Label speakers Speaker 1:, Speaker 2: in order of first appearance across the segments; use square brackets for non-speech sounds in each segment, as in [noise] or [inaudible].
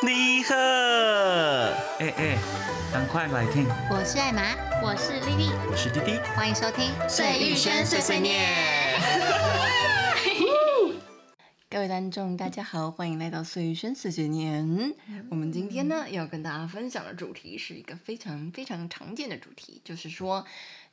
Speaker 1: 你好，哎哎，赶快来听，
Speaker 2: 我是艾玛，我是丽丽，
Speaker 1: 我是滴滴。
Speaker 2: 欢迎收听《》。各位观众，大家好，欢迎来到《碎玉轩碎碎念》。我们今天呢，要跟大家分享的主题是一个非常非常常见的主题，就是说，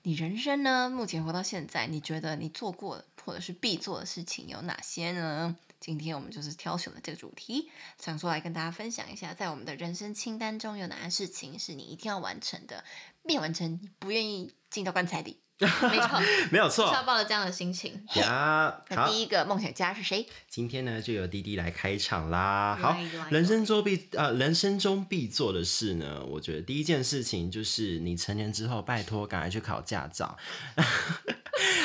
Speaker 2: 你人生呢，目前活到现在，你觉得你做过或者是必做的事情有哪些呢？今天我们就是挑选了这个主题，想说来跟大家分享一下，在我们的人生清单中有哪些事情是你一定要完成的，没完成你不愿意进到棺材里。
Speaker 3: 没错，
Speaker 1: [laughs] 没有
Speaker 3: [laughs] 就是
Speaker 1: 错
Speaker 3: 要抱着这样的心情。
Speaker 1: 呀。
Speaker 2: 那
Speaker 1: 好，
Speaker 2: 第一个梦想家是谁？
Speaker 1: 今天呢就由滴滴来开场啦。好
Speaker 3: 来来，
Speaker 1: 人生中必呃人生中必做的事呢，我觉得第一件事情就是你成年之后，拜托赶快去考驾照。 [laughs]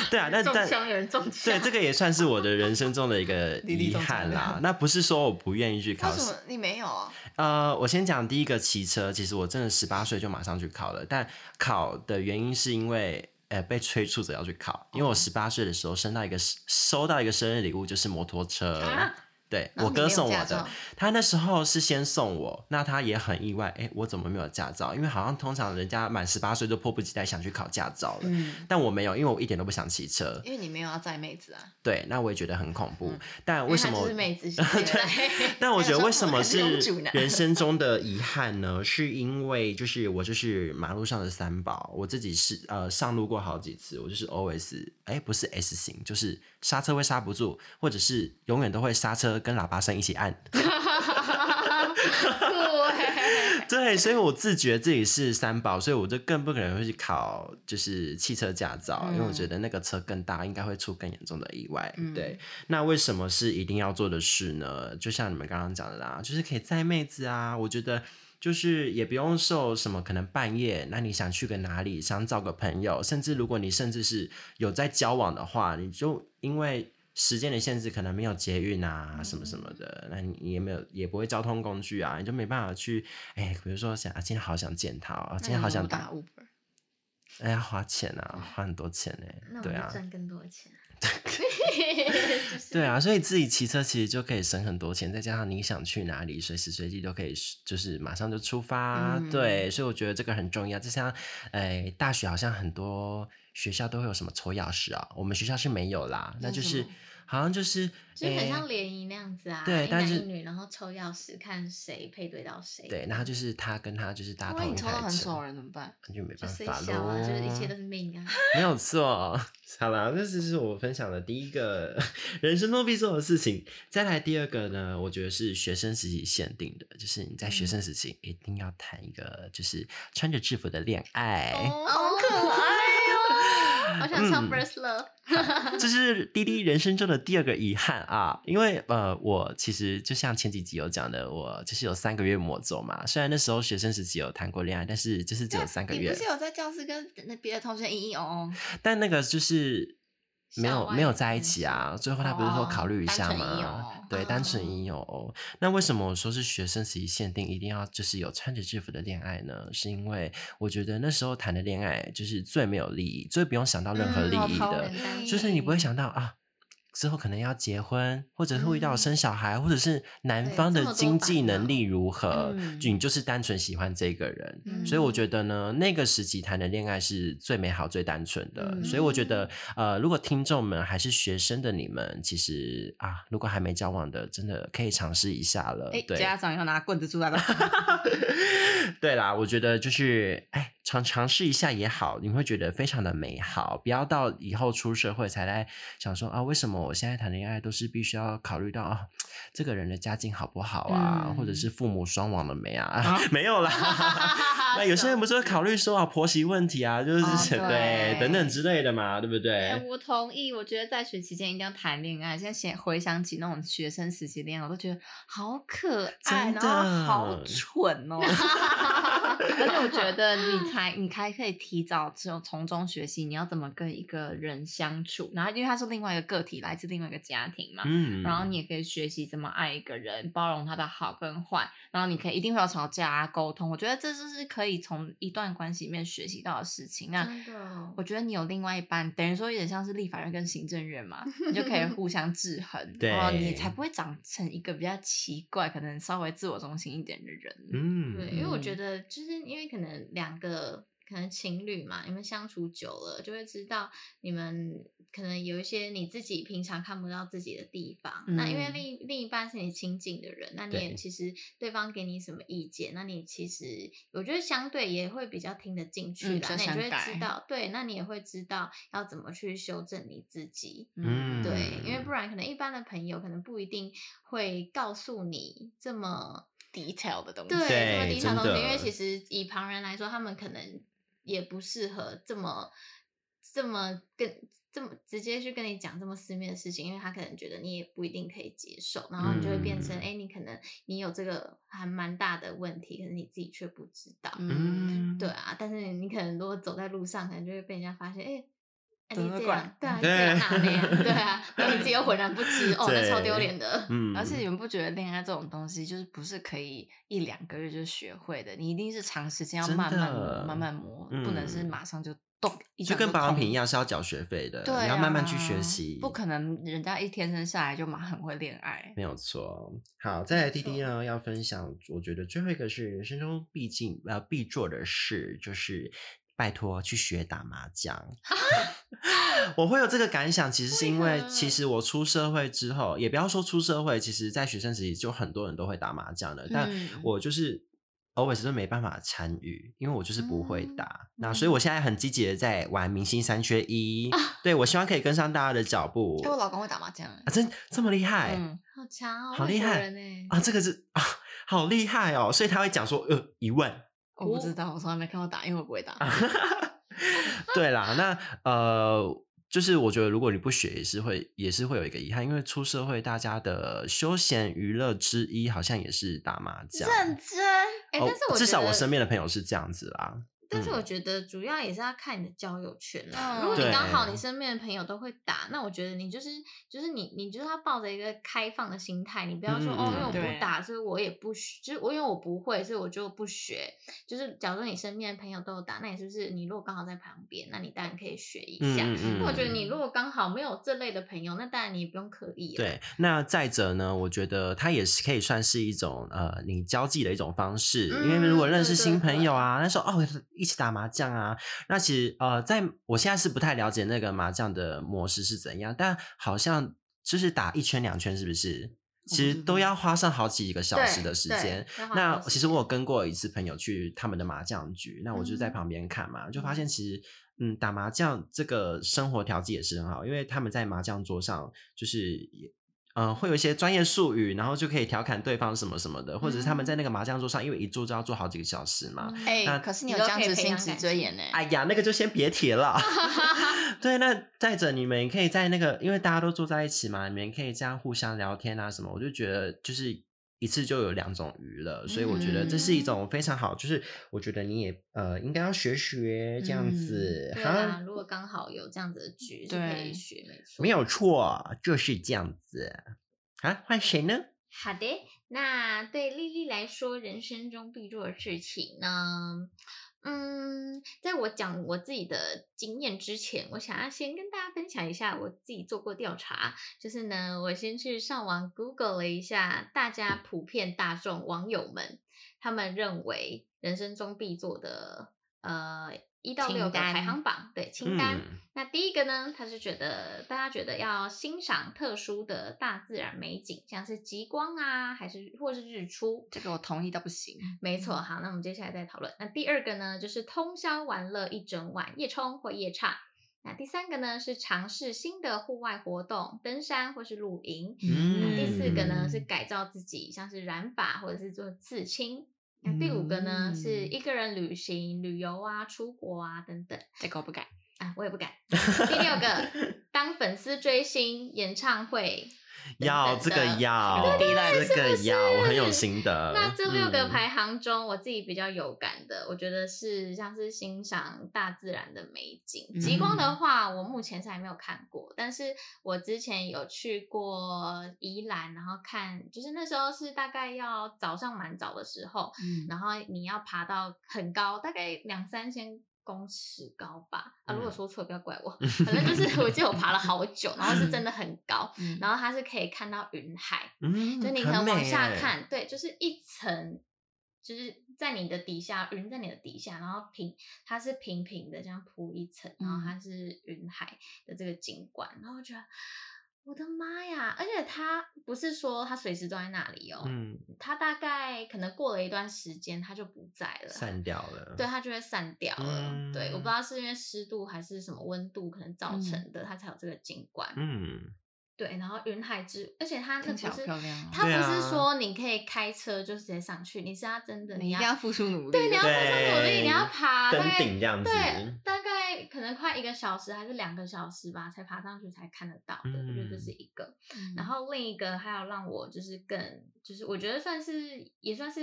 Speaker 1: 对啊，但
Speaker 3: 中
Speaker 1: 但
Speaker 3: 枪有人中枪，
Speaker 1: 对这个也算是我的人生中的一个
Speaker 2: 滴滴
Speaker 1: 遗
Speaker 2: 中
Speaker 3: [laughs]
Speaker 1: 憾
Speaker 2: 奖
Speaker 1: 啦。那不是说我不愿意去考
Speaker 2: 为什
Speaker 1: 试
Speaker 2: 么，你没有啊？
Speaker 1: 呃，我先讲第一个骑车，其实我真的十八岁就马上去考了，但考的原因是因为。呃，被催促着要去考，因为我十八岁的时候生到一个收到一个生日礼物，就是摩托车。
Speaker 3: 啊
Speaker 1: 对
Speaker 2: 然
Speaker 1: 我
Speaker 2: 后你没有
Speaker 1: 哥送
Speaker 2: 驾
Speaker 1: 我
Speaker 2: 照
Speaker 1: 的，他那时候是先送我，那他也很意外，哎、我怎么没有驾照？因为好像通常人家满十八岁就迫不及待想去考驾照了，
Speaker 2: 嗯，
Speaker 1: 但我没有，因为我一点都不想骑车。
Speaker 2: 因为你没有要载妹子啊。
Speaker 1: 对，那我也觉得很恐怖。但
Speaker 3: 因
Speaker 1: 为什么
Speaker 3: 他就是妹子心
Speaker 2: [laughs]
Speaker 3: 态？
Speaker 1: [laughs] 但我觉得为什么
Speaker 2: 那
Speaker 1: 是
Speaker 2: 个时候我们还是公主呢 [laughs]
Speaker 1: 人生中的遗憾呢？是因为就是我就是马路上的三宝，我自己是呃上路过好几次，我就是 always 哎、不是 S 型，就是刹车会刹不住，或者是永远都会刹车跟喇叭声一起按。 [laughs]
Speaker 3: 对，
Speaker 1: 对，所以我自觉自己是三宝，所以我就更不可能会去考就是汽车驾照，因为我
Speaker 2: 嗯
Speaker 1: 觉得那个车更大，应该会出更严重的意外。
Speaker 2: 嗯
Speaker 1: 对，那为什么是一定要做的事呢？就像你们刚刚讲的啦，就是可以载妹子啊，我觉得。就是也不用受什么，可能半夜，那你想去个哪里，想找个朋友，甚至如果你甚至是有在交往的话，你就因为时间的限制，可能没有捷运啊什么什么的，那你也没有也不会交通工具啊，你就没办法去，哎，比如说想啊，今天好想见他哦，啊今天好想
Speaker 2: 打
Speaker 1: 打，
Speaker 2: Uber，
Speaker 1: 哎呀，花钱啊，花很多钱呢、
Speaker 3: 嗯那我
Speaker 1: 对啊
Speaker 3: 就，赚更多的钱。就是
Speaker 1: 对啊，所以自己骑车其实就可以省很多钱，再加上你想去哪里，随时随地都可以，就是马上就出发。
Speaker 2: 嗯
Speaker 1: 对，所以我觉得这个很重要。就像，哎、大学好像很多学校都会有什么抽钥匙啊，我们学校是没有啦。那
Speaker 2: 那是
Speaker 1: 就
Speaker 2: 什
Speaker 1: 是
Speaker 2: 么
Speaker 1: 好像就是，
Speaker 3: [laughs] 就是很
Speaker 1: 哎
Speaker 3: 像联谊那样子啊，
Speaker 1: 对
Speaker 3: 一
Speaker 1: 但
Speaker 3: 男
Speaker 1: 是
Speaker 3: 一女，然后抽钥匙看谁配对到谁。
Speaker 1: 对，然后就是他跟他就是搭
Speaker 2: 万
Speaker 1: 同
Speaker 2: 一
Speaker 1: 一
Speaker 2: 你抽到
Speaker 1: 台
Speaker 2: 很
Speaker 1: 车
Speaker 2: 丑的，人怎么办？
Speaker 1: 那就没
Speaker 3: 就
Speaker 1: 办
Speaker 3: 谁
Speaker 1: 法
Speaker 3: 小
Speaker 1: 喽
Speaker 3: 啊，。就是一切都是命啊。
Speaker 1: 没有错，好啦，这就是我分享的第一个人生中必做的事情。再来第二个呢，我觉得是学生时期限定的，就是你在学
Speaker 2: 嗯
Speaker 1: 生时期一定要谈一个就是穿着制服的恋爱。
Speaker 2: 哦
Speaker 3: [laughs] 好可爱哦！我想唱
Speaker 1: 嗯
Speaker 3: First Love。
Speaker 1: 这是滴滴人生中的第二个遗憾啊，因为呃，我其实就像前几集有讲的，我就是有三个月魔咒嘛。虽然那时候学生时期有谈过恋爱，但是就是只有三个
Speaker 2: 你
Speaker 1: 月
Speaker 2: 不是，有在教室跟那别的同学嘤嘤哦哦？
Speaker 1: 但那个就是没
Speaker 3: 校
Speaker 1: 有
Speaker 3: 外
Speaker 1: 没有
Speaker 3: 的
Speaker 1: 在一
Speaker 3: 人
Speaker 1: 起
Speaker 3: 是
Speaker 1: 啊。最后他不是说
Speaker 2: 哦
Speaker 1: 考虑一
Speaker 2: 单
Speaker 1: 下
Speaker 2: 纯一友
Speaker 1: 吗
Speaker 2: 哦？
Speaker 1: 对，单纯
Speaker 3: 哦
Speaker 1: 一友哦。那为什么我说是学生时期限定，一定要就是有穿着制服的恋爱呢？是因为我觉得那时候谈的恋爱就是最没有利益，最不用想到任何
Speaker 3: 嗯
Speaker 1: 利
Speaker 3: 好
Speaker 1: 益
Speaker 3: 讨
Speaker 1: 的。
Speaker 3: 人担
Speaker 1: 就是
Speaker 3: 心
Speaker 1: 你不会想到啊，之后可能要结婚，或者会遇到生小孩，或者是男
Speaker 3: 嗯对
Speaker 1: 方
Speaker 3: 这
Speaker 1: 的
Speaker 3: 么多
Speaker 1: 经
Speaker 3: 烦
Speaker 1: 济能
Speaker 3: 恼
Speaker 1: 力如何，
Speaker 2: 嗯
Speaker 1: 就你就是单纯喜欢这个人。
Speaker 3: 嗯
Speaker 1: 所以我觉得呢，那个时期谈的恋爱是最美好、最单纯的。
Speaker 2: 嗯
Speaker 1: 所以我觉得，呃，如果听众们还是学生的你们，其实啊，如果还没交往的，真的可以尝试一下了。
Speaker 2: 哎，
Speaker 1: 对，
Speaker 2: 家长要拿棍子出来了。
Speaker 1: [laughs] 对啦，我觉得就是哎，尝尝试一下也好，你会觉得非常的美好。不要到以后出社会才来想说啊，为什么我现在谈恋爱都是必须要考虑到啊，这个人的家境好不好啊，
Speaker 2: 嗯
Speaker 1: 或者是父母双亡了没啊？
Speaker 2: 啊
Speaker 1: [laughs] 没有啦。那有些人不是会考虑说啊，婆媳问题啊，就是、
Speaker 2: 哦对
Speaker 1: 对等等之类的嘛，对不对？
Speaker 3: 哎我同意，我觉得在学期间一定要
Speaker 2: 谈恋爱，现在想回想起那种学生时期恋爱，我都觉得好可爱，
Speaker 1: 真的
Speaker 2: 然后好蠢哦。 [laughs] 而且我觉得你才你才可以提早就从中学习你要怎么跟一啊个人相处，然后因为他是另外一个个体，来自另外一个家庭嘛，
Speaker 1: 嗯
Speaker 2: 然后你也可以学习怎么爱一个人，包容他的好跟坏，
Speaker 4: 然后你可以一定会有吵架啊、沟通，我觉得这就是可以从一段关系里面学习到的事情。那
Speaker 3: 真的哦
Speaker 4: 我觉得你有另外一半，等于说有点像是立法院跟行政院嘛，你就可
Speaker 1: [laughs]
Speaker 4: 以互相制衡，然后你
Speaker 1: 对
Speaker 4: 才不会长成一个比较奇怪、可能稍微自我中心一点的人。
Speaker 1: 嗯，
Speaker 3: 对，因为我觉
Speaker 4: 嗯
Speaker 3: 得就是因为可能两个可能情侣嘛，你们相处久了就会知道你们可能有一些你自己平常看不到自己的地方。那因为
Speaker 4: 嗯
Speaker 3: 另另一半是你亲近的人，那你
Speaker 1: 对
Speaker 3: 也其实对方给你什么意见，那你其实我觉得相对也会比较听得进去
Speaker 4: 嗯
Speaker 3: 啦，
Speaker 4: 比较
Speaker 3: 那你就
Speaker 4: 想
Speaker 3: 会
Speaker 4: 改
Speaker 3: 知道，对，那你也会知道要怎么去修正你自己。
Speaker 1: 嗯
Speaker 3: 对，因为不然可能一般的朋友可能不一定会告诉你这么
Speaker 4: detail 的东西，
Speaker 3: 对这么
Speaker 1: 对
Speaker 3: 低调
Speaker 1: 真
Speaker 3: 的东西，因
Speaker 1: 的
Speaker 3: 为其实以旁人来说，他们可能也不适合这么这么跟这么直接去跟你讲这么私密的事情，因为他可能觉得你也不一定可以接受，然后你就会变成
Speaker 1: 嗯
Speaker 3: 哎、诶你可能你有这个还蛮大的问题，可是你自己却不知道。
Speaker 4: 嗯，
Speaker 1: 嗯，
Speaker 3: 对啊，但是你可能如果走在路上，可能就会被人家发现，哎、啊
Speaker 4: 怎
Speaker 3: 你
Speaker 4: 么
Speaker 3: 这
Speaker 4: 管
Speaker 3: 样，对啊，你
Speaker 1: [laughs] 对
Speaker 3: 这样哪那样，对啊，然后你自己又浑然不知，哦，那超
Speaker 1: 对
Speaker 3: 丢脸的。
Speaker 1: 嗯，
Speaker 4: 而且你们不觉得恋爱这种东西就是不是可以一两个月就学会的？你一定是长时间要
Speaker 1: 真
Speaker 4: 慢慢
Speaker 1: 的
Speaker 4: 磨，慢慢磨，不能是
Speaker 1: 嗯
Speaker 4: 马上就动，一
Speaker 1: 就
Speaker 4: 讲
Speaker 1: 跟保养
Speaker 4: 通
Speaker 1: 品一样是要缴学费的，
Speaker 4: 对、啊，
Speaker 1: 你要慢慢去学习，
Speaker 4: 不可能人家一天生下来就马上很会恋爱。
Speaker 1: 没有错。好，再来
Speaker 3: 没
Speaker 1: 弟弟
Speaker 3: 错
Speaker 1: 呢，要分享，我觉得最后一个是人生中必进呃必做的事，就是拜托去学打麻将。 [laughs] 我会有这个感想，其实是因为
Speaker 3: 为
Speaker 1: 其
Speaker 3: 何
Speaker 1: 实我出社会之后，也不要说出社会，其实在学生时期就很多人都会打麻将的，但
Speaker 4: 嗯
Speaker 1: 我就是。always 都没办法参与，因为我就是不会
Speaker 3: 嗯
Speaker 1: 打。那所以我现在很积极的在玩明星三缺一，对我希望可以跟上大家的脚步。
Speaker 4: 因为我老公会打麻将，欸
Speaker 1: 啊，真这么厉害、
Speaker 4: 嗯，
Speaker 3: 好强哦，
Speaker 1: 好
Speaker 3: 外
Speaker 1: 厉
Speaker 3: 国
Speaker 1: 害
Speaker 3: 人欸
Speaker 1: 啊！这个是啊，好厉害哦，所以他会讲说呃一万。
Speaker 4: 我不知道，我从来没看过打，因为我不会打。
Speaker 1: 对啦，那呃。就是我觉得，如果你不学，也是会也是会有一个遗憾，因为出社会，大家的休闲娱乐之一好像也是打麻将。
Speaker 3: 认真哎、
Speaker 1: 哦
Speaker 3: 但是我
Speaker 1: 至
Speaker 3: 觉
Speaker 1: 少我
Speaker 3: 得
Speaker 1: 身边的朋友是这样子啦。
Speaker 3: 但是
Speaker 1: 嗯
Speaker 3: 我觉得主要也是要看你的交友圈啦。
Speaker 4: 嗯
Speaker 3: 如果你刚好
Speaker 1: 对
Speaker 3: 你身边的朋友都会打，那我觉得你就是就是你你就是要抱着一个开放的心态，你不要说、
Speaker 1: 嗯
Speaker 3: 哦，
Speaker 1: 嗯
Speaker 3: 因为我
Speaker 4: 对
Speaker 3: 不打，所以我也不学，就是我因为我不会，所以我就不学。就是假如说你身边的朋友都有打，那也是不是你如果刚好在旁边，那你当然可以学一下。
Speaker 1: 嗯
Speaker 3: 那啊我觉得你如果刚好没有这类的朋友，那当然你也不用刻意、啊。
Speaker 1: 对，那再者呢，我觉得它也是可以算是一种呃，你交际的一种方式。因为如果
Speaker 3: 嗯
Speaker 1: 认
Speaker 3: 对
Speaker 1: 识
Speaker 3: 对
Speaker 1: 新朋
Speaker 3: 对
Speaker 1: 友啊，那时候哦一起打麻将啊，那其实呃，在我现在是不太了解那个麻将的模式是怎样，但好像就是打一圈两圈，是不是？
Speaker 4: 我
Speaker 1: 其
Speaker 4: 不
Speaker 1: 实
Speaker 4: 知
Speaker 1: 都
Speaker 4: 道
Speaker 1: 要花上好几个小
Speaker 3: 对
Speaker 1: 时的时
Speaker 3: 对
Speaker 1: 间。
Speaker 3: 要花
Speaker 1: 那
Speaker 3: 很多
Speaker 1: 其
Speaker 3: 时
Speaker 1: 实我
Speaker 3: 间
Speaker 1: 有跟过一次朋友去他们的麻将局，那我就在
Speaker 3: 嗯
Speaker 1: 旁边看嘛，就发现其实嗯打麻将这个生活调剂也是很好，因为他们在麻将桌上就是也。呃，会有一些专业术语，然后就可以调侃对方什么什么的，或者是他们在那个麻将桌上，因为一坐就要坐好几个小时嘛。
Speaker 3: 嗯
Speaker 4: 哎、
Speaker 1: 那
Speaker 4: 可是你有
Speaker 3: 你都
Speaker 4: 这样
Speaker 3: 可以
Speaker 4: 子
Speaker 3: 培
Speaker 4: 心
Speaker 3: 养
Speaker 4: 直
Speaker 3: 感
Speaker 4: 追
Speaker 3: 情
Speaker 4: 演呢、
Speaker 1: 哎呀，那个就先别提了。
Speaker 3: [laughs]
Speaker 1: 对，那再者，你们也可以在那个，因为大家都坐在一起嘛，你们可以这样互相聊天啊什么。我就觉得，就是一次就有两种娱
Speaker 3: 嗯
Speaker 1: 乐，所以我觉得这是一种非常好，就是我觉得你也呃应该要学学这样
Speaker 4: 嗯
Speaker 1: 子，
Speaker 3: 对
Speaker 1: 好
Speaker 3: 啊，如果刚好有这样子的局是可
Speaker 4: 对
Speaker 3: 以学，没错。
Speaker 1: 没有错，就是这样子。啊，换谁呢？
Speaker 3: 好的，那对丽丽来说，人生中必做的事情呢？嗯，在我讲我自己的经验之前，我想要先跟大家分享一下我自己做过调查，就是呢，我先去上网 Google 了一下大家普遍大众网友们他们认为人生中必做的呃一到
Speaker 4: 清
Speaker 3: 六个排
Speaker 4: 单
Speaker 3: 行榜，对
Speaker 1: 嗯
Speaker 3: 清单。那第一个呢，他是觉得大家觉得要欣赏特殊的大自然美景，像是极光啊，还是或是日出。
Speaker 4: 这个我同意到不行。
Speaker 3: 没错，好，那我们接下来再讨论。那第二个呢，就是通宵玩乐一整晚，夜冲或夜唱。那第三个呢，是尝试新的户外活动，登山或是露营。那
Speaker 1: 嗯，
Speaker 3: 第四个呢
Speaker 4: 嗯
Speaker 3: 是改造自己，像是染发或者是做刺青。那第五个呢、是
Speaker 4: 嗯
Speaker 3: 一个人旅行、旅游啊、出国啊等等。
Speaker 4: 这个我不改。
Speaker 3: 啊，我也不敢。第六个，当粉丝追星、演唱会、
Speaker 1: 要这个
Speaker 4: 的
Speaker 1: 要
Speaker 4: 这个低烂
Speaker 1: 这个
Speaker 3: 是不
Speaker 1: 要，我很有
Speaker 3: 是
Speaker 1: 心得。
Speaker 3: 那这六个
Speaker 1: 嗯
Speaker 3: 排行中，我自己比较有感的，我觉得是像是欣赏大自然的美景。极光的
Speaker 4: 嗯
Speaker 3: 话，我目前是还没有看过，但是我之前有去过宜兰，然后看，就是那时候是大概要早上蛮早的时候，
Speaker 4: 嗯
Speaker 3: 然后你要爬到很高，大概两三千公尺高吧。啊，如
Speaker 1: 嗯
Speaker 3: 果说错不要怪
Speaker 1: [laughs]
Speaker 3: 我，反正就是我记得我爬了好久，然后是真的很高，
Speaker 4: 嗯
Speaker 3: 然后它是可以看到云海。
Speaker 1: 嗯，
Speaker 3: 就你可
Speaker 1: 很
Speaker 3: 能往
Speaker 1: 美
Speaker 3: 下
Speaker 1: 欸，
Speaker 3: 看，对，就是一层，就是在你的底下，云在你的底下，然后平它是平平的这样铺一层，然
Speaker 1: 嗯
Speaker 3: 后它是云海的这个景观，然后我觉得我的妈呀！而且它不是说它随时都在那里哦，
Speaker 1: 嗯，
Speaker 3: 它大概可能过了一段时间它就不在了，
Speaker 1: 散掉了。
Speaker 3: 对，它就会散掉了。对，我不知
Speaker 1: 嗯
Speaker 3: 道是因为湿度还是什么温度可能造
Speaker 4: 嗯
Speaker 3: 成的，它才有这个景观。
Speaker 1: 嗯，
Speaker 3: 对，然后云海之，而且它那
Speaker 4: 听
Speaker 3: 不
Speaker 4: 起来好
Speaker 3: 是
Speaker 4: 漂亮哦
Speaker 3: 它
Speaker 1: 对
Speaker 3: 不
Speaker 1: 啊
Speaker 3: 是说你可以开车就直接上去，你是要真的
Speaker 4: 你一定要
Speaker 3: 要
Speaker 4: 付出努力。
Speaker 3: 对，你要付出努力，
Speaker 1: 对
Speaker 3: 你要爬，
Speaker 1: 登
Speaker 3: 大概
Speaker 1: 顶这样子
Speaker 3: 啊对，嗯大概可能快一个小时还是两个小时吧，才爬上去才看得到的。我觉得这是
Speaker 1: 嗯
Speaker 3: 一个，
Speaker 4: 嗯
Speaker 3: 然后另一个还有让我就是更就是我觉得算是也算是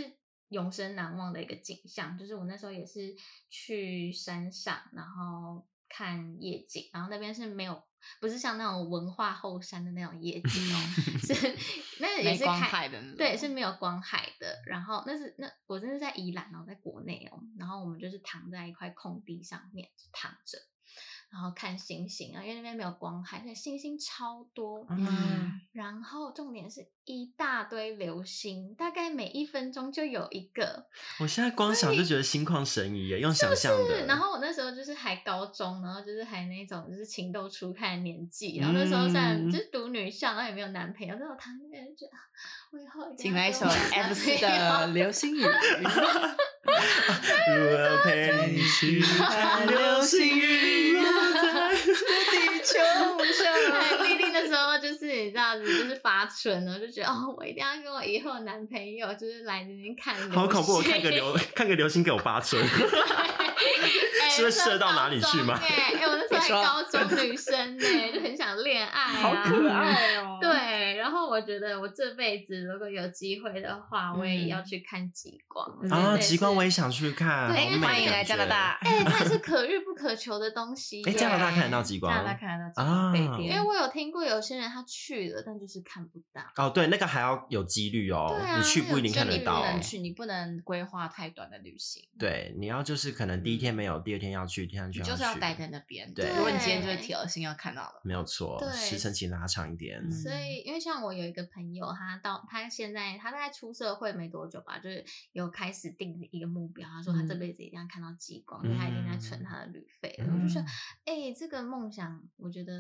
Speaker 3: 永生难忘的一个景象，就是我那时候也是去山上，然后看夜景，然后那边是没有不是像那种文化后山的那种夜景哦， [laughs] 是那也
Speaker 2: 没
Speaker 3: 是
Speaker 2: 光
Speaker 3: 看
Speaker 2: 害的那
Speaker 3: 对，
Speaker 2: 种
Speaker 4: 嗯
Speaker 3: 是没有光海的。然后那是那我真是在宜兰哦，在国内哦。然后我们就是躺在一块空地上面躺着，然后看星星啊，因为那边没有光海，所以星星超多。
Speaker 1: 嗯，
Speaker 3: 然后重点是一大堆流星，大概每一分钟就有一个。
Speaker 1: 我现在光想就觉得心旷神怡耶，用想象
Speaker 3: 就
Speaker 1: 的。
Speaker 3: 是，然后我那时候就是还高中，然后就是还那种就是情窦初开的年纪，然后那时候虽然
Speaker 1: 嗯
Speaker 3: 就是读女校，然后也没有男朋友，但我谈恋爱就觉得啊我以后一定
Speaker 4: 请
Speaker 3: 要
Speaker 4: 来一 [laughs]
Speaker 3: 跟
Speaker 4: 首
Speaker 3: 我男
Speaker 4: m
Speaker 3: 朋
Speaker 4: c
Speaker 3: 友
Speaker 4: 的《流星雨》。
Speaker 1: 我陪你去看流星雨啊落在
Speaker 4: 地球 [laughs]
Speaker 3: 对，丽丽那时候就是你知道，就是发春了，就觉得哦，我一定要跟我以后的男朋友就是来这边看流
Speaker 1: [laughs]
Speaker 3: 星。
Speaker 1: 好恐怖！我看个流看个流星给我发春，[laughs]
Speaker 3: 哎
Speaker 1: 是会射到哪里去吗
Speaker 3: 那时候高中哎、哎我那时候
Speaker 4: 你说
Speaker 3: 还高中女生呢、就很想恋爱、啊，
Speaker 2: 好
Speaker 4: 嗯
Speaker 2: 可爱哦。
Speaker 3: 对，然后我觉得我这辈子如果有机会的话，我也要
Speaker 4: 嗯
Speaker 3: 去看极光。我
Speaker 4: 嗯
Speaker 3: 觉得
Speaker 1: 啊，
Speaker 3: 这
Speaker 1: 极光
Speaker 3: 是
Speaker 1: 我也想去看，
Speaker 3: 对
Speaker 1: 好
Speaker 3: 因为
Speaker 1: 美
Speaker 4: 欢
Speaker 1: 的
Speaker 4: 迎来
Speaker 1: 感
Speaker 4: 加拿
Speaker 1: 觉。
Speaker 4: 大。
Speaker 3: 哎、它也是可遇不可求的东西耶。
Speaker 1: 哎，加拿大看得到极
Speaker 4: 加
Speaker 1: 光
Speaker 4: 拿大看得到
Speaker 1: 啊
Speaker 4: 极光北
Speaker 3: 因
Speaker 4: 边，
Speaker 3: 为我有听过有些人他去了，但就是看不到。
Speaker 1: 哦，对，那个还要有几率哦
Speaker 3: 对，啊
Speaker 1: 你去
Speaker 3: 那
Speaker 1: 不
Speaker 3: 有
Speaker 1: 一定
Speaker 3: 几
Speaker 1: 看
Speaker 4: 就
Speaker 1: 得
Speaker 4: 你不
Speaker 1: 到。哦
Speaker 4: 能去，你不能规划太短的旅行。，
Speaker 1: 对，你要就是可能第一天没有，第二天要去，第三
Speaker 4: 你
Speaker 1: 天
Speaker 4: 就是
Speaker 1: 要
Speaker 4: 要
Speaker 1: 去
Speaker 4: 待在那边。
Speaker 1: 对
Speaker 4: 如果你今天就是铁了心要看到了，
Speaker 1: 没有错，
Speaker 3: 对
Speaker 1: 时辰请拉长一点。
Speaker 4: 嗯
Speaker 3: 所以，因为像我有一个朋友，他到他现在他大概出社会没多久吧，就是有开始定一个目标，他说他这
Speaker 4: 嗯
Speaker 3: 辈子一定要看到极光，所以他已经在存
Speaker 1: 嗯
Speaker 3: 他的旅费了。我就说
Speaker 1: 嗯，
Speaker 3: 哎、这个梦想我觉得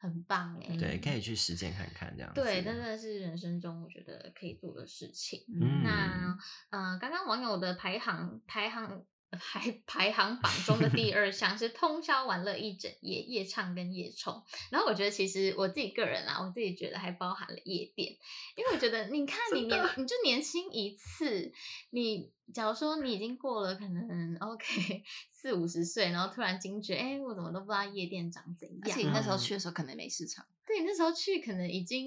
Speaker 3: 很棒哎、
Speaker 1: 对，可以去实践看看这样子。
Speaker 3: 对，这真的是人生中我觉得可以做的事情。
Speaker 1: 嗯
Speaker 3: 那呃，刚刚网友的排行排行 [laughs] 排排行榜中的第二项是通宵玩乐一整夜，夜唱跟夜冲。然后我觉得其实我自己个人啊，我自己觉得还包含了夜店，因为我觉得你看你年你就年轻一次，你假如说你已经过了可能 OK 四五十岁，然后突然惊觉，哎，我怎么都不知道夜店长怎样，
Speaker 4: 而且你那时候去的时候可能没市场，
Speaker 3: 对，那时候去可能已经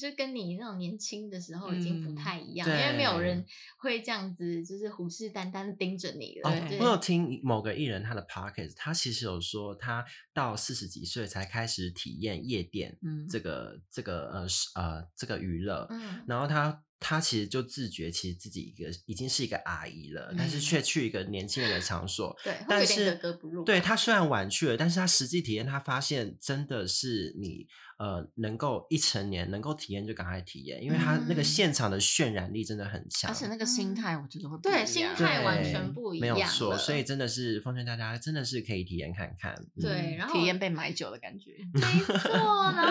Speaker 3: 就跟你那种年轻的时候已经
Speaker 4: 嗯
Speaker 3: 不太一样，因为没有
Speaker 1: 对
Speaker 3: 人会这样子就是虎视眈眈地盯着你了。
Speaker 1: 哦
Speaker 4: 对，
Speaker 1: 我有听某个艺人他的 p o c k e t 他其实有说他到四十几岁才开始体验夜店
Speaker 4: 嗯，
Speaker 1: 这个这个呃是呃这个娱乐，
Speaker 3: 嗯，
Speaker 1: 然后他他其实就自觉其实自己一个已经是一个阿姨了，但是却去一个年轻人的场
Speaker 3: [laughs]
Speaker 1: 所，
Speaker 3: 对，嗯会
Speaker 1: 但
Speaker 3: 有点
Speaker 1: 是
Speaker 3: 格格不入。
Speaker 1: 对，他虽然晚去了，但是他实际体验，他发现真的是你呃能够一成年能够体验就赶快体验，因为他那个
Speaker 3: 嗯
Speaker 1: 现场的渲染力真的很强，
Speaker 4: 而且那个心态我觉得会不一
Speaker 3: 对
Speaker 4: 样
Speaker 3: 心态完
Speaker 1: 对
Speaker 3: 全不一
Speaker 1: 没有
Speaker 3: 样
Speaker 1: 错，
Speaker 3: 了
Speaker 1: 所以真的是奉劝大家，真的是可以体验看看。嗯
Speaker 3: 对然后嗯
Speaker 4: 体验被买酒的感觉。
Speaker 3: 没错。然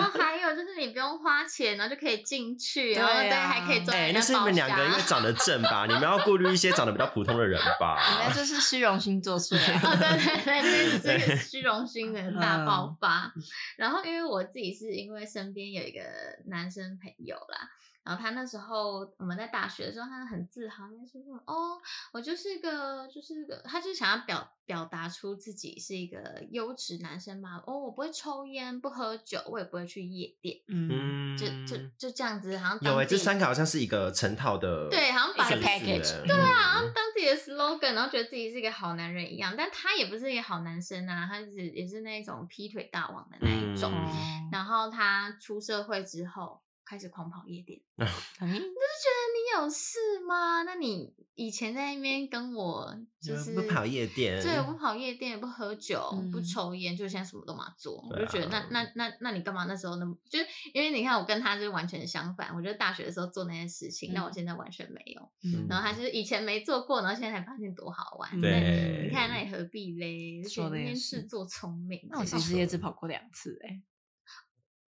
Speaker 1: [laughs]
Speaker 3: 后还有就是你不用花钱，然后就可以进去，然后
Speaker 4: 对
Speaker 3: 再
Speaker 4: 啊
Speaker 3: 还可以坐
Speaker 1: 哎、
Speaker 3: 在
Speaker 1: 那
Speaker 3: 那
Speaker 1: 是你
Speaker 3: 包
Speaker 1: 们两个因为
Speaker 3: 厢。
Speaker 1: 长得正吧？你们要顾虑一些长得比较普通的人
Speaker 4: 那
Speaker 1: 吧？
Speaker 4: 就是虚荣心作祟啊！
Speaker 3: [laughs] 哦，对对对，这就是
Speaker 1: 对
Speaker 3: 虚荣心的大爆发。然后因为我自己是因为身边有一个男生朋友啦，然后他那时候我们在大学的时候，他很自豪，他就说：“哦，我就是个，就是个，他就想要表表达出自己是一个优质男生嘛。哦，我不会抽烟，不喝酒，我也不会去夜店，
Speaker 4: 嗯，
Speaker 1: 嗯，
Speaker 3: 就就就这样子，好像
Speaker 1: 有
Speaker 3: 当
Speaker 1: 哎、
Speaker 3: 自
Speaker 1: 这
Speaker 3: 己
Speaker 1: 三个好像是一个成套的，
Speaker 3: 对，好像把
Speaker 4: 一
Speaker 3: 自
Speaker 4: 个
Speaker 3: 己
Speaker 4: package
Speaker 3: 对啊，好
Speaker 1: 嗯
Speaker 3: 像当自己的 slogan，然后觉得自己是一个好男人一样，但他也不是一个好男生啊，他是也是那种劈腿大王的那一
Speaker 4: 哦
Speaker 3: 种。
Speaker 1: 嗯
Speaker 3: 然后他出社会之后开始狂跑夜店，
Speaker 4: 嗯
Speaker 3: 你有事吗？那你以前在那边跟我就
Speaker 1: 就是不跑夜店，
Speaker 3: 对，我不跑夜店，不喝酒，不
Speaker 4: 嗯
Speaker 3: 抽烟，就现在什么都嘛做。我
Speaker 1: 对
Speaker 3: 就觉得
Speaker 1: 啊
Speaker 3: 那那那那你干嘛那时候那么？就是因为你看我跟他就是完全相反，我觉得大学的时候做那些事情，但我
Speaker 4: 嗯
Speaker 3: 现在完全没有。
Speaker 1: 嗯
Speaker 3: 然后他就是以前没做过，然后现在才发现多好玩。那
Speaker 1: 对，
Speaker 3: 你看那你何必嘞？就
Speaker 4: 说
Speaker 3: 觉
Speaker 4: 得
Speaker 3: 得
Speaker 4: 也
Speaker 3: 因
Speaker 4: 是
Speaker 3: 事做聪明。啊
Speaker 4: 那我其实也只跑过两次哎、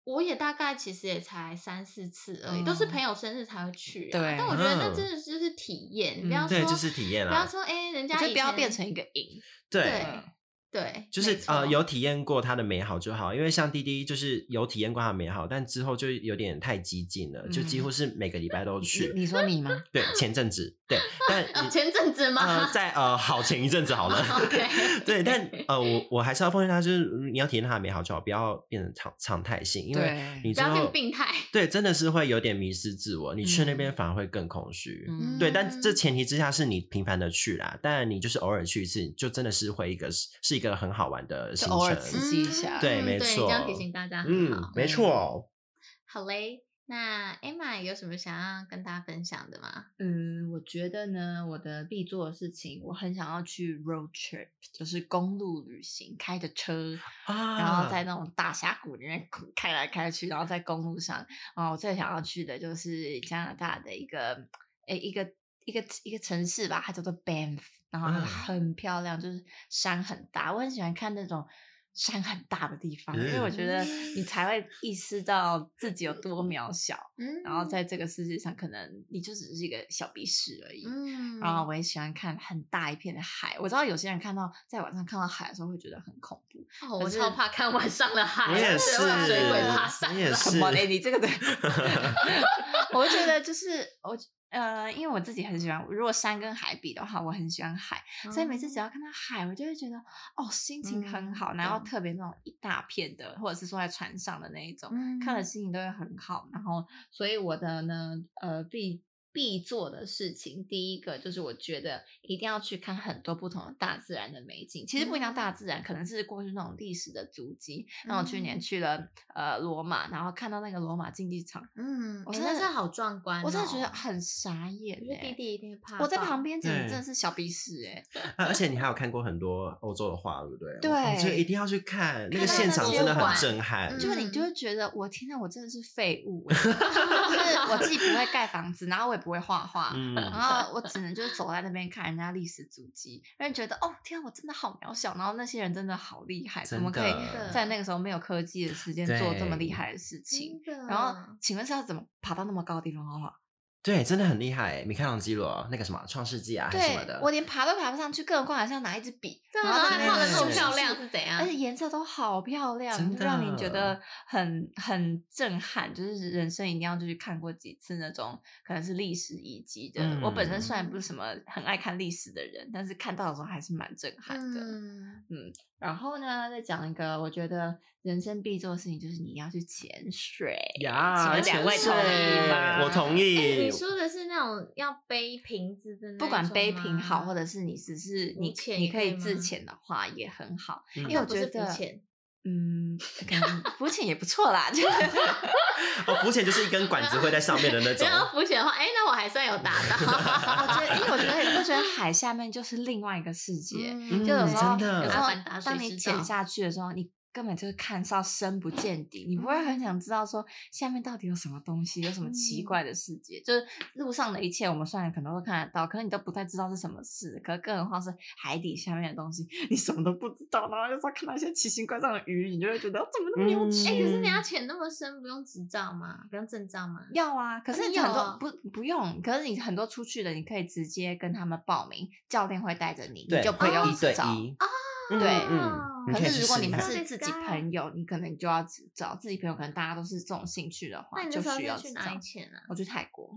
Speaker 3: 我也大概其实也才三四次而已，都是
Speaker 4: 嗯
Speaker 3: 朋友生日才会去、啊。
Speaker 4: 对
Speaker 3: 但我觉得那
Speaker 1: 嗯
Speaker 3: 真的就是体验，你不
Speaker 4: 嗯
Speaker 3: 要说
Speaker 1: 对，就是体验
Speaker 3: 不要
Speaker 1: 啦，
Speaker 3: 说哎、人
Speaker 4: 我
Speaker 3: 家
Speaker 4: 觉得
Speaker 3: 以
Speaker 4: 不要
Speaker 3: 前
Speaker 4: 变成一个瘾，嗯
Speaker 1: 对。
Speaker 3: 对对，
Speaker 1: 就是
Speaker 3: 没错
Speaker 1: 呃，有体验过它的美好就好，因为像滴滴就是有体验过它的美好，但之后就有点太激进了，就
Speaker 3: 嗯
Speaker 1: 几乎是每个礼拜都去。
Speaker 4: 你你说你吗？
Speaker 1: 对，前阵子对，但
Speaker 3: 啊，
Speaker 1: 你
Speaker 3: 前阵子吗？。
Speaker 1: 呃，在呃好前一阵子好了
Speaker 3: OK
Speaker 1: [laughs] 对，
Speaker 3: [laughs]
Speaker 1: 但呃，我我还是要奉劝他，就是嗯你要体验它的美好就好，不要变成常常态性，因为
Speaker 4: 对，
Speaker 1: 你
Speaker 3: 不
Speaker 1: 之
Speaker 3: 要变
Speaker 1: 后
Speaker 4: [laughs]
Speaker 3: 病态。
Speaker 1: 对真的是会有点迷失自我，你去那边
Speaker 4: 嗯
Speaker 1: 反而会更空虚。
Speaker 4: 嗯
Speaker 1: 对，但这
Speaker 3: 嗯
Speaker 1: 前提之下是你频繁的去啦，但你就是偶尔去一次，就真的是会一个是一个很好玩的
Speaker 4: 就
Speaker 1: 行
Speaker 4: 偶尔
Speaker 1: 程。
Speaker 4: 刺激一下
Speaker 1: [laughs] 对
Speaker 3: 嗯
Speaker 1: 没
Speaker 3: 对，你这样提
Speaker 1: 错
Speaker 3: 醒大家很好。
Speaker 1: 嗯，没错。
Speaker 3: 好嘞，那 Emma 有什么想要跟大家分享的吗？
Speaker 2: 嗯，我觉得呢，我的必做的事情，
Speaker 4: 我很想要去 road trip，就是公路旅行，开着车，
Speaker 1: 啊，
Speaker 4: 然后在那种大峡谷里面 [laughs] 开来开去，然后在公路上。啊、我最想要去的就是加拿大的一个，诶、一个一个一个城市吧，它叫做 Banff，然后它
Speaker 1: 嗯
Speaker 4: 很漂亮，就是山很大，我很喜欢看那种。山很大的地方，因为我觉得你
Speaker 1: 嗯
Speaker 4: 才会意识到自己有多渺小，
Speaker 3: 嗯，
Speaker 4: 然后在这个世界上，可能你就只是一个小鼻屎而已。
Speaker 3: 嗯，
Speaker 4: 然后我也喜欢看很大一片的海。我知道有些人看到在晚上看到海的时候会觉得很恐怖，可
Speaker 3: 哦我
Speaker 4: 是
Speaker 3: 超怕看晚上的海，
Speaker 1: 我也
Speaker 3: 是
Speaker 1: 是，
Speaker 3: 水鬼爬
Speaker 1: 我
Speaker 3: 山
Speaker 1: 也
Speaker 3: 了。
Speaker 4: 什
Speaker 1: 是
Speaker 4: 么嘞？你这个的， [laughs] 我就觉得就是我呃，因为我自己很喜欢，如果山跟海比的话，我很喜欢海，所以每次只要看到海，我就会觉得哦，心情很
Speaker 3: 嗯
Speaker 4: 好，然后
Speaker 3: 懂
Speaker 4: 特别那种一大片的，或者是说在船上的那一种，
Speaker 3: 嗯
Speaker 4: 看了心情都会很好。
Speaker 2: 然后所以我的呢，呃，必必做的事情，第一个就是我觉得一定要去看很多不同的大自然的美景。其实不一定
Speaker 3: 嗯
Speaker 2: 要大自然，可能是过去那种历史的足迹。那我去年
Speaker 3: 嗯
Speaker 2: 去了呃罗马，然后看到那个罗马竞技场，
Speaker 3: 嗯，
Speaker 2: 我
Speaker 3: 哎
Speaker 2: 真
Speaker 3: 那
Speaker 2: 的
Speaker 3: 真的好壮观哦。
Speaker 2: 我真的觉得很傻眼、
Speaker 3: 我觉得弟
Speaker 2: 欸。
Speaker 3: 弟一定会怕爆。
Speaker 2: 我在
Speaker 3: [laughs]
Speaker 2: 旁边简直
Speaker 1: 对
Speaker 2: 真的是小鼻屎哎、
Speaker 1: 啊而且你还有看过很多欧洲的画，对不对？
Speaker 2: 对
Speaker 1: 哦所以一定要去看，那个
Speaker 3: 看到
Speaker 1: 现
Speaker 3: 那
Speaker 1: 场
Speaker 3: 些
Speaker 1: 真的很
Speaker 3: 画
Speaker 1: 震撼
Speaker 3: 嗯。
Speaker 2: 就是你就会觉得，我天呐，我真的是
Speaker 3: [laughs]
Speaker 2: 废物、欸，就是我 [laughs] 自己不会盖房子，然后我也不会画画，
Speaker 1: 嗯 [laughs]
Speaker 2: 然后我只能就是走在那边看人家历史足迹，让人觉得哦，天啊，我真的好渺小，然后那些人真的好厉害，怎
Speaker 1: 真
Speaker 2: 么可以
Speaker 1: 的
Speaker 2: 在那个时候没有科技的时间做这么厉害的事情？
Speaker 3: 真的，
Speaker 2: 然后，请问是要怎么爬到那么高的地方画画？
Speaker 1: 对，真的很厉害。米开朗基罗那个什么《创世纪》啊，还是什么
Speaker 2: 对
Speaker 1: 的，
Speaker 2: 我连爬都爬不上去，更何况还是要拿一支笔，
Speaker 3: 对啊
Speaker 2: 然后在
Speaker 1: 然
Speaker 2: 那
Speaker 1: 后还画
Speaker 2: 边
Speaker 1: 得那么
Speaker 2: 数
Speaker 3: 漂亮
Speaker 2: 数
Speaker 3: 是怎样
Speaker 2: 而且颜色都好漂亮，
Speaker 1: 真
Speaker 2: 就让你
Speaker 1: 的
Speaker 2: 觉得很很震撼，就是人生一定要去看过几次那种可能是历史遗迹的。我本身
Speaker 1: 嗯
Speaker 2: 虽然不是什么很爱看历史的人，但是看到的时候还是蛮震撼的。
Speaker 3: 嗯，
Speaker 2: 然后呢，再讲一个，我觉得人生必做的事情就是你要去潜水。请
Speaker 1: 呀，
Speaker 2: 问两位
Speaker 1: 潜水
Speaker 2: 同意吗
Speaker 1: 我同
Speaker 3: 哎
Speaker 1: 意
Speaker 3: 你。说的是那种要背瓶子的那一种吗，
Speaker 2: 不管背瓶好，或者是你只是
Speaker 3: 啊浮
Speaker 2: 你
Speaker 3: 潜
Speaker 2: 你
Speaker 3: 也
Speaker 2: 可
Speaker 3: 可
Speaker 2: 以
Speaker 3: 以
Speaker 2: 自
Speaker 3: 吗
Speaker 2: 潜的话也很好，
Speaker 1: 嗯
Speaker 2: 因为我
Speaker 3: 不是浮
Speaker 2: 觉得
Speaker 3: 潜
Speaker 2: 嗯，可能浮潜也不错啦， [laughs] 就是
Speaker 1: 哦，浮潜就是一根管子会在上面的那
Speaker 3: [laughs]
Speaker 1: 种
Speaker 3: 然。后浮潜的话，哎，那我还算有达到。
Speaker 2: [laughs] 我觉哦得，因为我觉得，我觉得海下面就是另外一个世界。
Speaker 1: 嗯
Speaker 2: 就有
Speaker 1: 嗯
Speaker 2: 时候，
Speaker 1: 真的
Speaker 2: 有时
Speaker 3: 打
Speaker 2: 候
Speaker 3: 板啊打水
Speaker 2: 当你
Speaker 3: 之
Speaker 2: 潜
Speaker 3: 道
Speaker 2: 下去的时候，你根本就是看到深不见底，你不会很想知道说下面到底有什么东西，有什么奇
Speaker 3: 嗯
Speaker 2: 怪的世界。就是路上的一切，我们虽然可能会看得到，可是你都不太知道是什么事。可更何况是海底下面的东西，你什么都不知道，然后又说看到一些奇形怪状的鱼，你就会觉得哦怎么那么有趣。
Speaker 3: 哎、可是你要
Speaker 1: 嗯
Speaker 3: 潜那么深，不用执照吗？不用证照吗？
Speaker 2: 要啊，可
Speaker 3: 啊
Speaker 2: 是很
Speaker 3: 你
Speaker 2: 多、
Speaker 3: 有啊
Speaker 2: 不不用，可是你很多出去的，你可以直接跟他们报名，教练会带着你，
Speaker 1: 对，
Speaker 3: 哦
Speaker 2: 你就不
Speaker 1: 会
Speaker 2: 用
Speaker 1: 一对
Speaker 2: 找。哦
Speaker 1: 一，嗯
Speaker 2: 对
Speaker 1: 嗯，你
Speaker 2: 可
Speaker 1: 以
Speaker 2: 是
Speaker 1: 去
Speaker 2: 如果
Speaker 1: 试
Speaker 2: 你们
Speaker 1: 看
Speaker 2: 是自己朋友，你可能你就要只找自己朋友，可能大家都是这种兴趣的
Speaker 3: 那
Speaker 2: 话，
Speaker 3: 你
Speaker 2: 就
Speaker 3: 那时候
Speaker 2: 需要
Speaker 3: 是去
Speaker 2: 只
Speaker 3: 哪
Speaker 2: 找
Speaker 3: 里。潜啊？
Speaker 2: 我去泰国，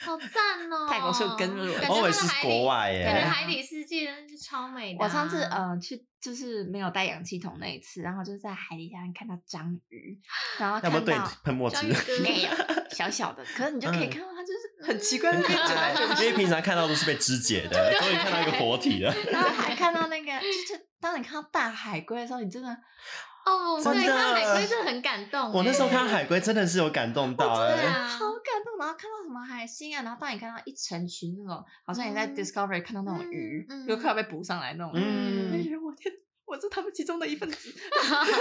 Speaker 3: 好
Speaker 1: [laughs]
Speaker 3: 赞哦！
Speaker 2: 泰国是跟着我
Speaker 3: 感觉
Speaker 1: 偶
Speaker 3: 那
Speaker 1: 尔
Speaker 3: 个
Speaker 1: 是
Speaker 3: 海
Speaker 1: 国
Speaker 3: 底
Speaker 1: 外
Speaker 3: 感觉
Speaker 1: 耶，
Speaker 3: 海底世界真是超美的啊、
Speaker 2: 我上次呃去就是没有带氧气筒那一次，然后就是在海底下面看到章鱼，然后
Speaker 1: 要不要
Speaker 2: 看
Speaker 1: 对你
Speaker 2: 到
Speaker 1: 喷墨汁
Speaker 3: 章？鱼
Speaker 1: [laughs]
Speaker 3: 哥
Speaker 2: 没有小小的，可是你就可以
Speaker 1: 嗯
Speaker 2: 看到它就是很奇怪的
Speaker 3: 嗯
Speaker 2: 卷来 [laughs] 卷
Speaker 1: 因为平常看到都是被肢解的，
Speaker 2: [laughs]
Speaker 1: 终于看到一个活体了。
Speaker 2: 然后还看到那个，就是当你看到大海龟的时候，你真的
Speaker 3: 哦，
Speaker 1: 真
Speaker 3: 对，看
Speaker 1: 的
Speaker 3: 到海龟真的很感动欸。
Speaker 1: 呃我那时候看到海龟真的是有感动到
Speaker 3: [laughs] 对
Speaker 1: 哎，
Speaker 3: 啊
Speaker 2: 好，感动。然后看到什么海星啊，然后当你看到一成群那种，好像你在
Speaker 3: 嗯
Speaker 2: Discovery 看到那种鱼
Speaker 3: 嗯嗯，
Speaker 2: 有快要被捕上来那种鱼，我
Speaker 1: 嗯
Speaker 3: [laughs]
Speaker 2: 就觉得我天，我是他们其中的一份子，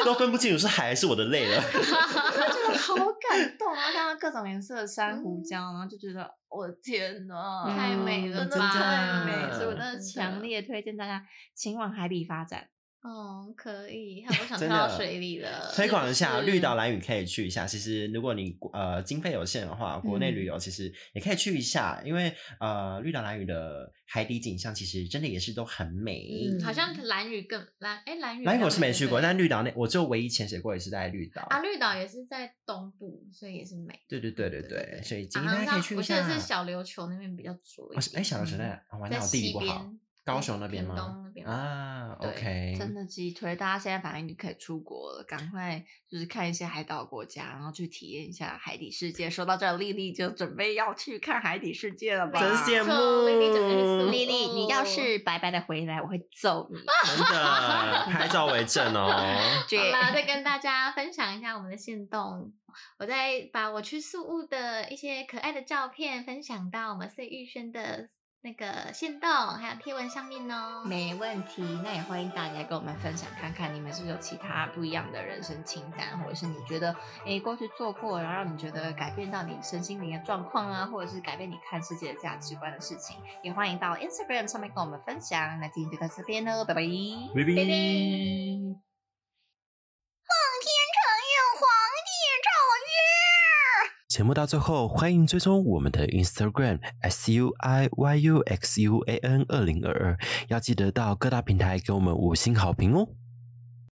Speaker 1: 都分不清楚是海还是我的泪
Speaker 3: [laughs]
Speaker 1: 了。
Speaker 2: 我就觉得好感动。然后看到各种颜色的珊瑚
Speaker 3: 嗯
Speaker 2: 礁，然后就觉得我天呐，
Speaker 3: 太美了
Speaker 2: 真的
Speaker 3: 吧
Speaker 2: 太美，所以我
Speaker 3: 真
Speaker 2: 真的
Speaker 3: 的
Speaker 2: 强烈推荐大家前往海底发展。
Speaker 3: 哦，可以，害我想
Speaker 1: 真
Speaker 3: 跳到
Speaker 1: 的
Speaker 3: 水里了。嗯
Speaker 1: 推广一下
Speaker 2: 是
Speaker 1: 绿岛蓝屿，可以去一下。其实如果你呃经费有限的话，
Speaker 3: 嗯
Speaker 1: 国内旅游其实也可以去一下，因为呃绿岛蓝屿的海底景象其实真的也是都很美。
Speaker 3: 嗯，好像蓝屿更蓝，哎，蓝屿
Speaker 1: 蓝屿我
Speaker 3: 更
Speaker 1: 是没去过，
Speaker 3: 对
Speaker 1: 但绿岛那我就唯一潜水过一次在绿岛。
Speaker 3: 啊，绿岛也是在东部，所以也是美。
Speaker 1: 对对对对
Speaker 3: 对
Speaker 1: 对，所以建
Speaker 3: 啊
Speaker 1: 议
Speaker 3: 好
Speaker 1: 大
Speaker 3: 像
Speaker 1: 家可以去
Speaker 3: 我
Speaker 1: 一
Speaker 3: 记
Speaker 1: 下。
Speaker 3: 得是小琉球那边比较浊一
Speaker 1: 哦是哎，
Speaker 3: 点，
Speaker 1: 小琉球在
Speaker 3: 嗯
Speaker 1: 哪？啊完
Speaker 3: 在
Speaker 1: 了，我地理
Speaker 3: 西
Speaker 1: 不好
Speaker 3: 边。
Speaker 1: 高
Speaker 3: 嗯
Speaker 1: 雄那边
Speaker 3: 屏东
Speaker 1: 吗
Speaker 3: 那？边
Speaker 1: 啊
Speaker 3: 对
Speaker 1: ，OK，
Speaker 2: 真的极推，大家现在反正就可以出国了，赶快就是看一些海岛国家，然后去体验一下海底世界。说到这儿，丽丽就准备要去看海底世界了吧？
Speaker 1: 真羡
Speaker 3: 没错丽丽整个是
Speaker 1: [laughs] 慕。
Speaker 2: 丽丽，你要
Speaker 3: 哦
Speaker 2: 是白白的回来，我会揍
Speaker 1: [laughs]
Speaker 2: 你。
Speaker 1: 真的，拍照为证哦。
Speaker 2: 对
Speaker 3: 好啦，
Speaker 2: [laughs]
Speaker 3: 再跟大家分享一下我们的线动，我再把我去宿务的一些可爱的照片分享到我们碎玉轩的那个线动还有贴文上面哦。
Speaker 2: 没问题，那也欢迎大家跟我们分享，看看你们是不是有其他不一样的人生清单，或者是你觉得诶过去做过，然后让你觉得改变到你身心灵的状况啊，或者是改变你看世界的价值观的事情，也欢迎到 Instagram 上面跟我们分享。那今天就到这边喽，拜拜。
Speaker 1: 拜
Speaker 3: 拜
Speaker 1: 拜。
Speaker 5: 节目到最后，欢迎追踪我们的 Instagram S U I Y U X U A N 二零二二，要记得到各大平台给我们五星好评哦。